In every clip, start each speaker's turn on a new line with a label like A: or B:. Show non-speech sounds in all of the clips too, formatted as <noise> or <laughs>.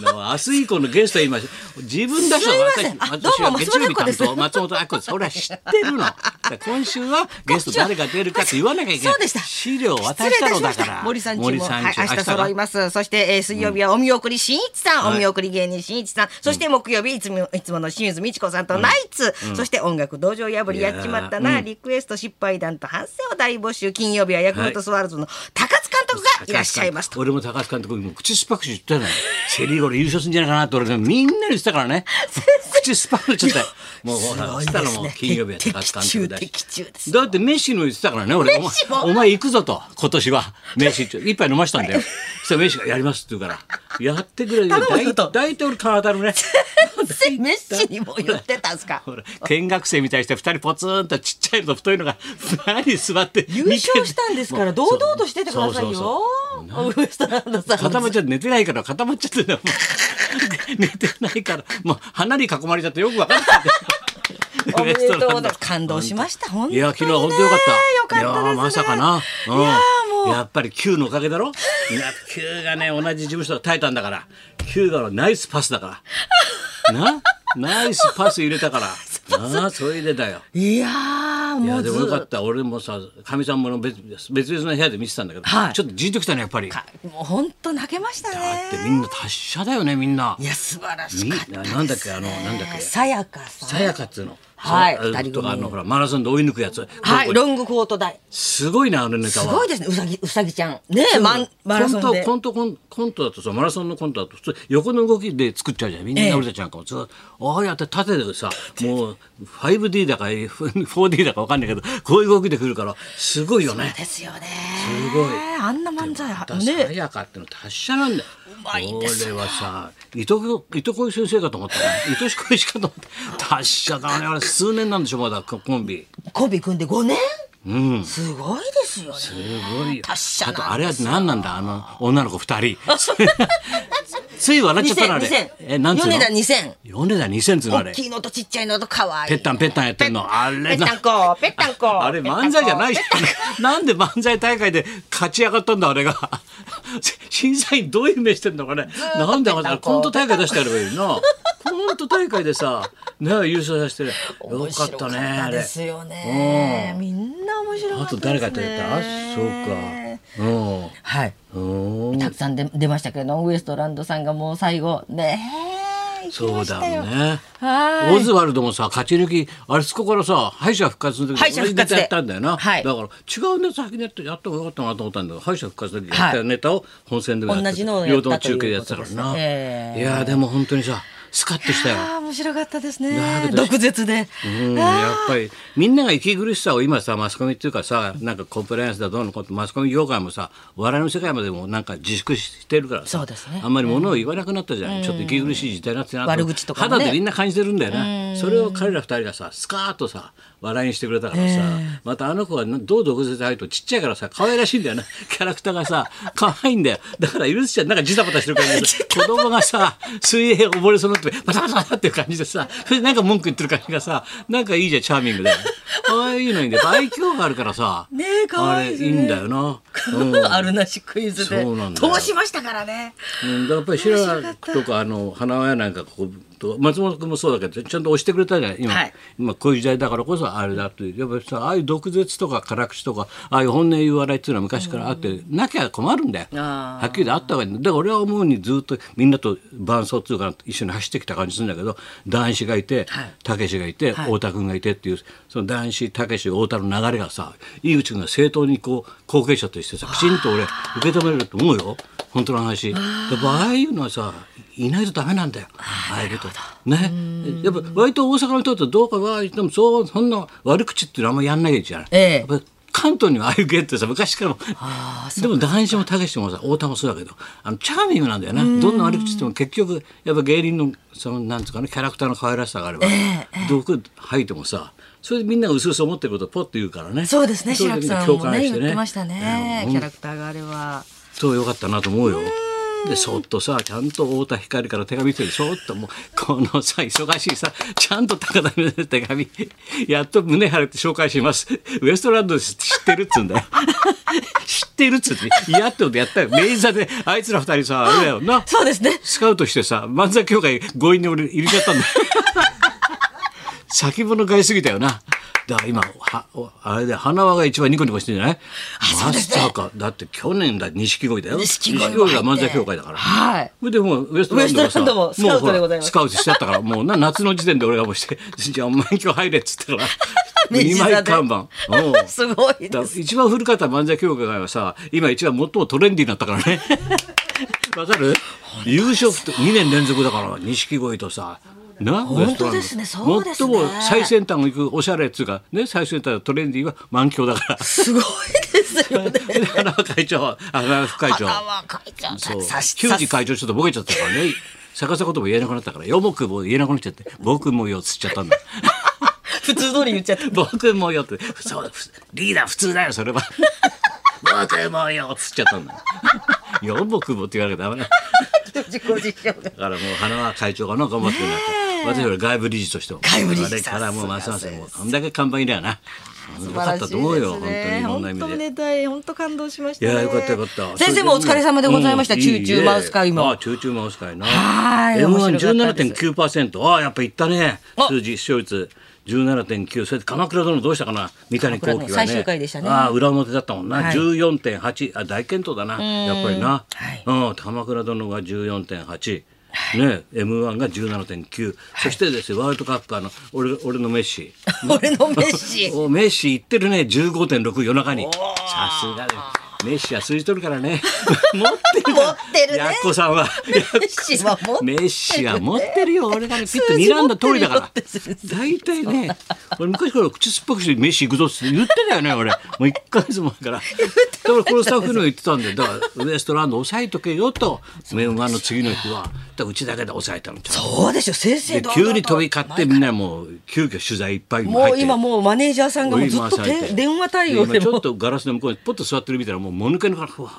A: 明日以降のゲスト今自分だし
B: すい
A: 私
B: ませんあ
A: 私は
B: どうも
A: 月曜日担
B: 松
A: 当
B: 本
A: 松本明子です俺は知ってるのだから今週はゲスト誰が出るかって言わなきゃいけない
B: そうでした。
A: 資料を渡したのだ
B: 失
A: か
B: 礼いたしまし
A: ら
B: た森さんちも。
A: ん
B: はい、明日揃い
A: 明
B: ます。そして、えー、水曜日はお見送りしんいちさん、
A: はい
B: お見送り芸人しんいちさん、そして木曜日いつもいつもの清水美智子さんとナイツ、そして音楽道場破りやっちまった
A: い
B: な、
A: やー
B: リクエスト失敗談と反省を大募集。金曜日はヤクルトスワローズの高津監督がいらっしゃいますと。
A: 俺も高橋監督にも口酸っぱく言ったのよセリーゴで優勝するんじゃないかなって俺がみんなに言ってたからね口酸っぱく言っちゃったよもうほらそしたらもう金曜日は高
B: 敵
A: 橋監督
B: 中
A: だし
B: 敵中です。
A: だってメッシの言ってたからね俺お前
B: ッシも
A: お前行くぞと今年はメッシって一杯飲ましたんだ
B: <laughs>
A: よそしたらメッシがやりますって言うからやってくれる
B: 頼むよと
A: 大体俺体当たる
B: <laughs>
A: ね
B: メッシにも言ってたんすか。
A: ほら見学生みたいにして二人ポツンとちっちゃいのと太いのが何座って
B: 優勝したんですから
A: 見てん
B: 堂
A: の
B: 々としててくださいよ
A: そう。
B: ウエストランドさん。
A: 固まっちゃって寝てないから固まっちゃってんだもん <laughs> 寝てないからもう花に囲まれちゃってよくわかんないウエストラ
B: おめでとうございま
A: ン
B: す。
A: ド
B: 感動しました。本当に、
A: い
B: ね。
A: や昨日は本当よかった。
B: よか
A: い
B: ったです
A: や
B: ね。
A: まさかな。うん
B: いやもう
A: やっぱり Q のおかげだろ。いや Q がね同じ事務所のタイタンだから。Q がナイスパスだ
B: <laughs>
A: から。なナイスパス入れたから。なあそれでだよ。
B: いやー
A: い
B: も
A: や
B: う
A: で
B: ず
A: もよかった。俺もさかみさんもの別別々の部屋で見てたんだけど、
B: はい
A: ちょっとじんときたねやっぱり。だ
B: かもう本当泣けました
A: っ
B: ね
A: てみんな達者だよねみんな。
B: いや素晴らし
A: み
B: かったです、ね、
A: なんだっけあのなんだっけ
B: さやかさん
A: さやかっつうの。
B: はい
A: さあ
B: 二人組
A: とかあのほらマラソンで追い抜くやつ。
B: はいロングコート大
A: すごいなあのネタ
B: す
A: は。
B: ごいですねうさぎうさぎちゃんねえマンマラソンで
A: コントコントコンコントだとさマラソンのコントだと普通横の動きで作っちゃうじゃんみん
B: ええ
A: な俺たちなんかもずっとああやって縦でさもう 5D だか 4D だか分かんないけどこういう動きでくるからすごいよね。
B: ですよね
A: すごい
B: あんな漫才は
A: ださ
B: ね
A: やかっての達者なんだよ。
B: まいですね
A: 俺はさ、いとこ、いとこい先生かと思った
B: <laughs>
A: ね。いとしこいしかと思った。達者だね。あれ数年なんでしょ、まだココンビ。
B: コンビ組んで5年すごいですよね
A: すごいよ
B: 達者
A: あ
B: なんです
A: とあれは何なんだあの女の子二
B: <laughs>
A: 人つい笑っちゃったなあれえなんつうの
B: 米田2000
A: 米田2000つうのあれ
B: 大きいのとちっちゃいのと可愛い
A: ぺったんぺったんやってんのあ
B: ぺ
A: れ
B: っ
A: な
B: たんこぺったんこ
A: <laughs> あれ漫才じゃない
B: ぺ
A: し
B: ったんこぺったん
A: <laughs>
B: こ
A: なんで漫才大会で勝ち上がったんだあれが <laughs> 審査員どういう目してんのかねなんであ
B: ぺった
A: れ
B: んこ
A: コント大会出してやればいいのコント大会でさね優勝させてよ
B: 面
A: か
B: 白
A: ったね
B: か
A: あ
B: った
A: れ
B: ですよねみんな面白か
A: あ
B: った
A: と
B: ですね
A: 誰かとやったあそうかうん
B: はい
A: うん
B: たくさんで出ましたけれどウエストランドさんがもう最後ねえ行き
A: そう
B: ました
A: だ
B: よ
A: もんね。
B: はーい
A: オズワルドもさ勝ち抜きあれそこからさ敗者復活の時
B: 敗者復活
A: 同
B: で
A: じネタやったんだよな、
B: はい
A: だから違うネタ先にやってやった方がよかったなと思ったんだけど敗者復活の時やったネタを本戦でもやって
B: 同じのをや
A: 両
B: ったと
A: 党
B: い
A: の
B: う
A: 中継でやってたからな、
B: ことですねええ
A: いやーでも本当にさスカッとしたよ。
B: あー面白かったです
A: だけ
B: ね
A: ど
B: 毒舌で
A: うんやっぱりみんなが息苦しさを今さマスコミっていうかさなんかコンプライアンスだどうのこうのマスコミ業界もさお笑いの世界までもなんか自粛してるからさ
B: そうですね
A: あんまり物を言わなくなったじゃない、ちょっと息苦しい時代になってな
B: 悪口とかもね
A: 肌でみんな感じてるんだよねそれを彼ら二人がさスカーッとさ笑いにしてくれたからさ、またあの子はなどう毒舌入るとちっちゃいからさ可愛らしいんだよね <laughs> キャラクターがさ可愛いんだよだから許しちゃうなんかジタバタしてる感
B: <laughs>
A: じで子供がさ水泳溺れそうになってバタバタバタっていう感じでさそれでなんか文句言ってる感じがさなんかいいじゃんチャーミング
B: <laughs>
A: でああいうのいいんだよ愛嬌があるからさ
B: ねえ可愛いですね
A: あれいいんだよな、う
B: あるなしクイズで
A: そうなんだよ
B: 通しましたからね
A: うん、やっぱり白良とかあの花輪やなんかここと松本君もそうだけどちゃんと押してくれたじゃない今,、
B: はい
A: 今こういう時代だからこそあれだってやっぱりさああいう毒舌とか辛口とかああいう本音言う笑いっていうのは昔からあって、なきゃ困るんだよ
B: あ
A: はっきり言ってあった方がいいんだだから俺は思うにずっとみんなと伴奏っていうか一緒に走ってきた感じするんだけど男子がいて
B: はい
A: たけしがいて、
B: はい
A: 太田君がいてっていうその男子たけし太田の流れがさ井口君が正当にこう後継者としてさきちんと俺受け止めれると思うよ本当の話やっぱああいうのはさいないとダメなんだよああいうことねやっぱ割と大阪の人だとどうかは言ってもそうそんな悪口っていうのはあんまやんないじゃん、
B: ええ
A: やっぱり関東にはああいう芸ってさ昔からもでも男子もたけしもさ太田もそうだけどあのチャーミングなんだよねどんな悪口言っても結局やっぱ芸人のそのなんつうかねキャラクターの可愛らしさがあれば、毒吐いてもさそれでみんなが薄々思ってることをポッと言うからね
B: そうですね
A: そういう
B: 白
A: 時
B: く
A: に
B: さん
A: 共
B: も
A: 感
B: ね
A: して
B: 言ってましたね
A: うん
B: キ
A: 本
B: ャラクターがあれは
A: 当よかったなと思うよ。でそっとさちゃんと太田光から手紙来てるそっともうこのさ忙しいさちゃんと高田の手紙やっと胸張れて紹介しますウエストランドです知ってるっつうんだよ知ってるっつって嫌ってことやったよ明治座であいつら二人さあれだよな
B: そうですね。
A: スカウトしてさ漫才協会強引に俺入れちゃったんだよ先物買いすぎたよなだから今はおあれで花輪が一番ニコニコしてんじゃないまさかだって去年だ錦鯉だよ
B: 錦鯉も入って
A: が漫才協会だから
B: はい。
A: それでもうウエストランドがさ
B: ウエストランドもスカウトでございます
A: スカウトしちゃったからもうな夏の時点で俺がもうして「じゃあお前今日入れ」っつったから
B: <laughs> 明治
A: 二
B: 座で
A: 枚看板おう
B: <laughs> すごい
A: だ
B: です。
A: 一番古かった漫才協会はさ今一番最もトレンディーになったから
B: <laughs>
A: ねわかる優勝って2年連続だから錦鯉とさな本
B: 当ですねそうですね
A: 最も最先端を行くおしゃれっつうかね最先端のトレンディーは満強だから
B: すごいですよね。
A: で花輪会長 <laughs> あ花輪副会長
B: あ、若いちゃん。
A: そう
B: さし
A: 球児会長ちょっとボケちゃったからね逆さことも言えなくなったからよもくも言えなくなっちゃって僕もよっつっちゃったんだ
B: 普通通り言っちゃ
A: <laughs>
B: った。
A: 僕もよってそうふリーダー普通だよそれは僕もよっつっちゃったんだよ僕もって言わなきゃダメだ
B: 自己実証が。
A: だからもう花輪会長がな頑張ってるなって私は外部理事としても
B: 外部理事
A: あれからもう松永さんも
B: さ
A: あんだけ看板入れやなよかったと思うよ本当にいろんな意
B: 本当
A: 味で。
B: ね、大本当感動しました、
A: い
B: ね。
A: やよかったよかった。
B: 先生もお疲れ様でございました。
A: うん
B: チューチューマウス会
A: いいえあ
B: も。
A: チューチューマウス会な。
B: はい
A: M1
B: 面白かったです
A: 17.9%。ああやっぱいったね
B: あ。
A: 数字視聴率17.9。それで鎌倉殿どうしたかな。三谷幸喜
B: 鎌倉殿
A: はね。
B: 最終回でしたね
A: ああ裏表だったもんな。
B: はい
A: 14.8。あ大健闘だな。やっぱりな
B: はい。
A: うん鎌倉殿が14.8。ね、M1 が17.9、そしてですよワールドカップあの俺俺のメッシ
B: 俺のメ
A: <laughs>
B: ッシ。
A: おメッシ行ってるね15.6夜中にさすがねメッシは数字取るからね持ってるから
B: <laughs> 持ってるね
A: やっこさんは
B: メッシはもう
A: メッシは持ってるよ俺が
B: <laughs>
A: ねピッと睨んだ通りだから
B: 数字持ってるよって
A: 大体ね俺昔から口酸っぱくしてメッシ行くぞって言ってたよね俺もう1ヶ月前からだからこのスタッフにも言ってたんでだからウエストランド抑えとけよとメンバーの次の日はだからうちだけで抑えたのちゃんと
B: そうでしょ先生
A: で
B: どうぞ
A: 急に飛び交ってみんなもう急遽取材いっぱい入っ
B: も
A: て
B: う今もうマネージャーさんがもうずっ
A: 追
B: と
A: い回され
B: て
A: て
B: 電話対応で
A: 今ちょ
B: も
A: っとガラスの向こうにポッと座ってるみたいなもうもぬけのからふわ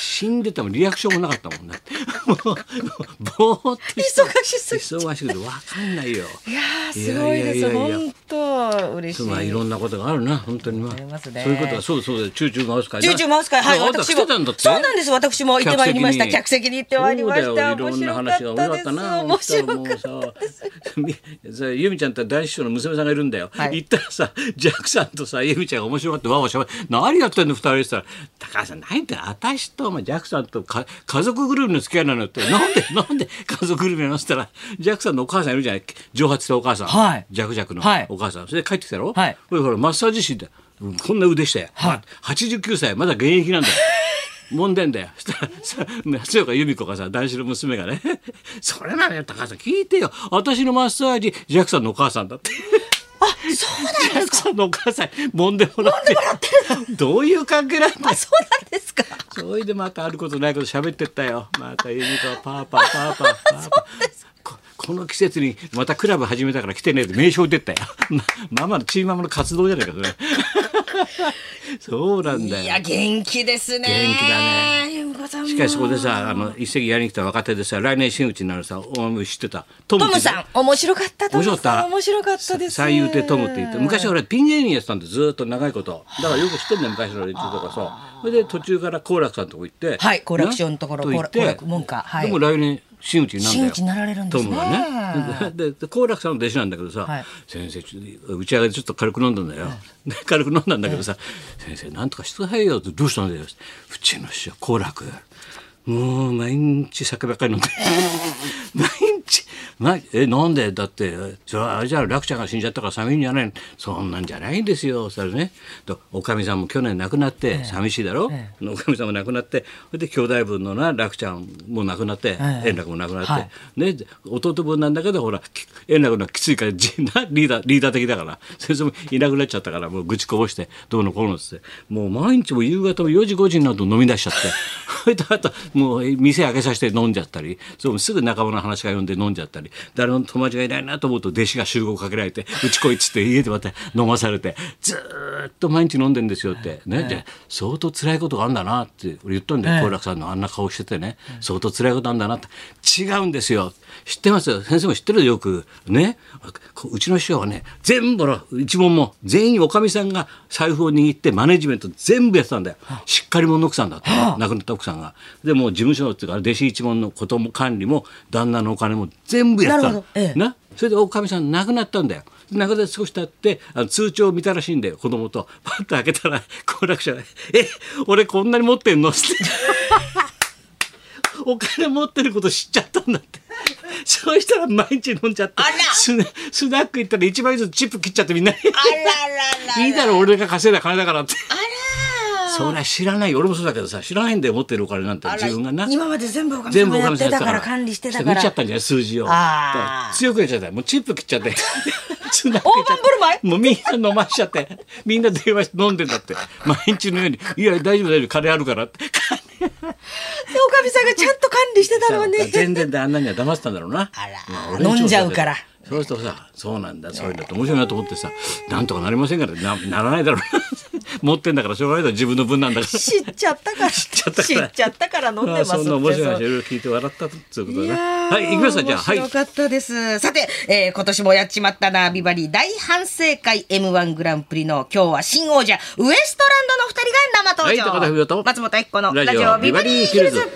A: 死んでたもんリアクションもなかったもんね <laughs> もうもうぼーっとして
B: 忙しすぎて
A: 忙しくて分かん
B: <laughs>
A: ないよ
B: いやーすごいで
A: いや
B: す
A: いやいや
B: 本当嬉し
A: まあい
B: い
A: ろんなことがあるな本当にまあ
B: りますね
A: そういうことはそうだそうだチューチュー回す会
B: チューチューマウス会はい
A: あなた
B: 私
A: 来
B: も
A: てたんだって
B: そうなんです私も行ってまいりました客席に行ってまいりま
A: そ
B: し
A: うだ
B: た
A: よ
B: 面
A: いろんな
B: 白かっ
A: 話が面白かったた
B: です
A: な
B: 面白かった
A: 面白 <laughs> さ由美ちゃんって大師匠の娘さんがいるんだよ、
B: はい
A: 行ったらさジャックさんとさ由美ちゃんが面白かったわわしゃべ何やってんの二人でしたら「高橋さん何言ってんの私とお前ジャックさんとか家族ぐるみの付き合いなのよ」って「なんで <laughs> なんで家族ぐるみなの?」っつったらジャックさんのお母さんいるじゃない蒸発したお母さん、
B: はい
A: ジャクジャクの
B: はい
A: お母さん、それで帰ってきたろ、
B: はい
A: ほらほらマッサージ師でこんな腕したよ、
B: はい
A: 89歳まだ現役 <laughs> なんだよ揉んでんだよそしたらさ松岡由美子がさ男子の娘がね <laughs> 「それなのよ高橋さん聞いてよ私のマッサージジャクさんのお母さんだ」って。
B: そう
A: ジャクさんのお母さんに揉んでもらってどういう関係なんだよ
B: そうなんですか
A: それでまたあることないこと喋ってったよまた由美子はパーパーパーパーパーパーここの季節にまたクラブ始めたから来てねって名称出たよ、 <laughs> ま、ママのチーママの活動じゃないかそれ
B: <laughs>
A: そうなんだよ
B: いや元気ですね
A: 元気だね
B: 由美子さんも
A: しかしそこでさあの一席やりに来た若手でさ来年真打ちになるさお前知ってたト
B: トム
A: って
B: さん面白かったトム
A: 面白かっ
B: さ
A: た
B: ん面白かったです
A: 三遊亭トムって言って昔俺ピン芸人やってたんでずっと長いことだからよく知ってんだよ昔の連中とかさそれで途中から好楽さんのとこ行って
B: はい好楽師匠の
A: ね
B: ところ
A: 行って
B: 好楽門下はい
A: でも来年真打ちになるんだよ
B: 真打ちになられるんですね
A: トムがね <laughs> でで好楽さんの弟子なんだけどさ、
B: はい
A: 先生ちょっと打ち上げでちょっと軽く飲んだんだよ、 <laughs> で軽く飲んだんだけどさ「先生なんとかしてくださいよ」って「どうしたんだよ」ってうちの師匠好楽もう毎日酒ばっかり飲んで毎日毎えなんでだってそれはあれじゃあ楽ちゃんが死んじゃったから寂しいんじゃないのそんなんじゃないんですよそれねとおかみさんも去年亡くなって寂しいだろ、
B: え
A: おかみさんも亡くなってそれで兄弟分のな楽ちゃんも亡くなって、
B: ええ
A: 円楽も亡くなって、
B: はい
A: ね、弟分なんだけどほらき円楽のきついからじなリーダーリーダー的だから <laughs> 先生もいなくなっちゃったからもう愚痴こぼしてどうのこうのっつってもう毎日も夕方も4時5時になると飲み出しちゃって <laughs> それとあともう店開けさせて飲んじゃったりそうすぐ仲間の話が読んで飲んじゃったりに誰の友達がいないなと思うと弟子が集合かけられて「うちこい」っつって家でまた飲まされてずーっと毎日飲んでんですよってねで相当辛いことがあるんだなって俺言ったんだよ好楽さんのあんな顔しててね相当辛いことあるんだなって違うんですよ知ってますよ先生も知ってるよよくねこうちの師匠はね全部の一問も全員おかみさんが財布を握ってマネジメント全部やってたんだよしっかり者の奥さんだったの亡くなった奥さんがでもう事務所っていうか弟子一門のことも管理も旦那のお金も全部やってた
B: なる
A: の
B: ほどええ
A: なそれでおかみさん亡くなったんだよ亡くなって少し経ってあの通帳を見たらしいんだよ子供とパッと開けたら好楽者が「え俺こんなに持ってんの?」って <laughs> お金持ってること知っちゃったんだって。そうしたら毎日飲んじゃって
B: あら
A: スナスナック行ったら1枚ずつチップ切っちゃってみんなに
B: あらららら。
A: いいだろ俺が稼いだ金だからって
B: あら
A: そりゃ知らないよ俺もそうだけどさ知らないんだよ持ってるお金なんて
B: あら
A: 自分がな
B: 今まで全部おかみさ
A: 全
B: ん
A: 部お
B: がや
A: 金
B: ってたから管理してたか
A: 見
B: ら。
A: ちゃったんじゃない数字を
B: あー
A: 強くやっちゃったよもうチップ切っちゃってスナック行っちゃって
B: 大盤振る舞い
A: もうみんな飲ましちゃってみんな電話して飲んでんだって毎日のように「いや大丈夫大丈夫金あるから」って
B: でおかみさんがちゃんと管理してたのはね。
A: 全然だあんなには騙してたんだろうな
B: あら
A: ま俺の調査
B: 飲んじゃうから
A: そうするとさそうなんだそういうのって面白いなと思ってさなんとかなりませんからなならないだろうな持ってんだからしょうがないだろ自分の分なんだから
B: 知っちゃったから。知
A: っちゃったから
B: っちゃったから飲んで
A: あ
B: ま
A: あ
B: すって。
A: そんな面白い話
B: そう
A: いろいろ聞いて笑ったっていうこと
B: い
A: だね
B: やー
A: はい行きましたじゃあはい
B: 面白かったです、さて、えー今年もやっちまったなビバリー大反省会 m 1グランプリの今日は新王者ウエストランドの二人が生登場、
A: はい高田文夫と
B: 松本明子の
A: ラ
B: ラ
A: ジ
B: ジ
A: オ
B: オ
A: ビ
B: ビ
A: バ
B: バ
A: リ
B: リ
A: ー
B: ー
A: ヒ
B: ヒ
A: ル
B: ル
A: ズ
B: ズ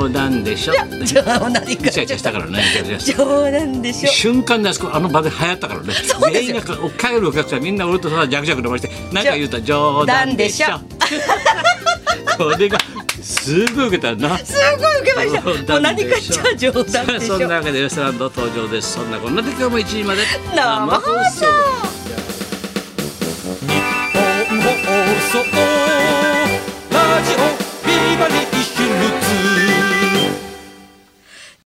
A: 冗談でしょ
B: 冗談か
A: ぐちゃぐちゃしたからねぐちゃぐちゃした
B: 冗
A: <laughs>
B: 談でしょ
A: 瞬間であそこあの場で流行ったからね
B: <laughs> そうで
A: 全
B: す
A: 員
B: よ
A: が帰るお客さんみんな俺とさジャクジャク伸ばして何か言うたら冗
B: 冗
A: 談
B: 談
A: で
B: で
A: し
B: し
A: ょ
B: ょ
A: <laughs> これがすごい受けたな
B: すごい受けましたもう何かっちゃ冗談でし
A: そ
B: ょ
A: んなわけでウエストランド登場ですそんなこんなで今日も1時まで
B: 生放送
C: 日本放送ラジオ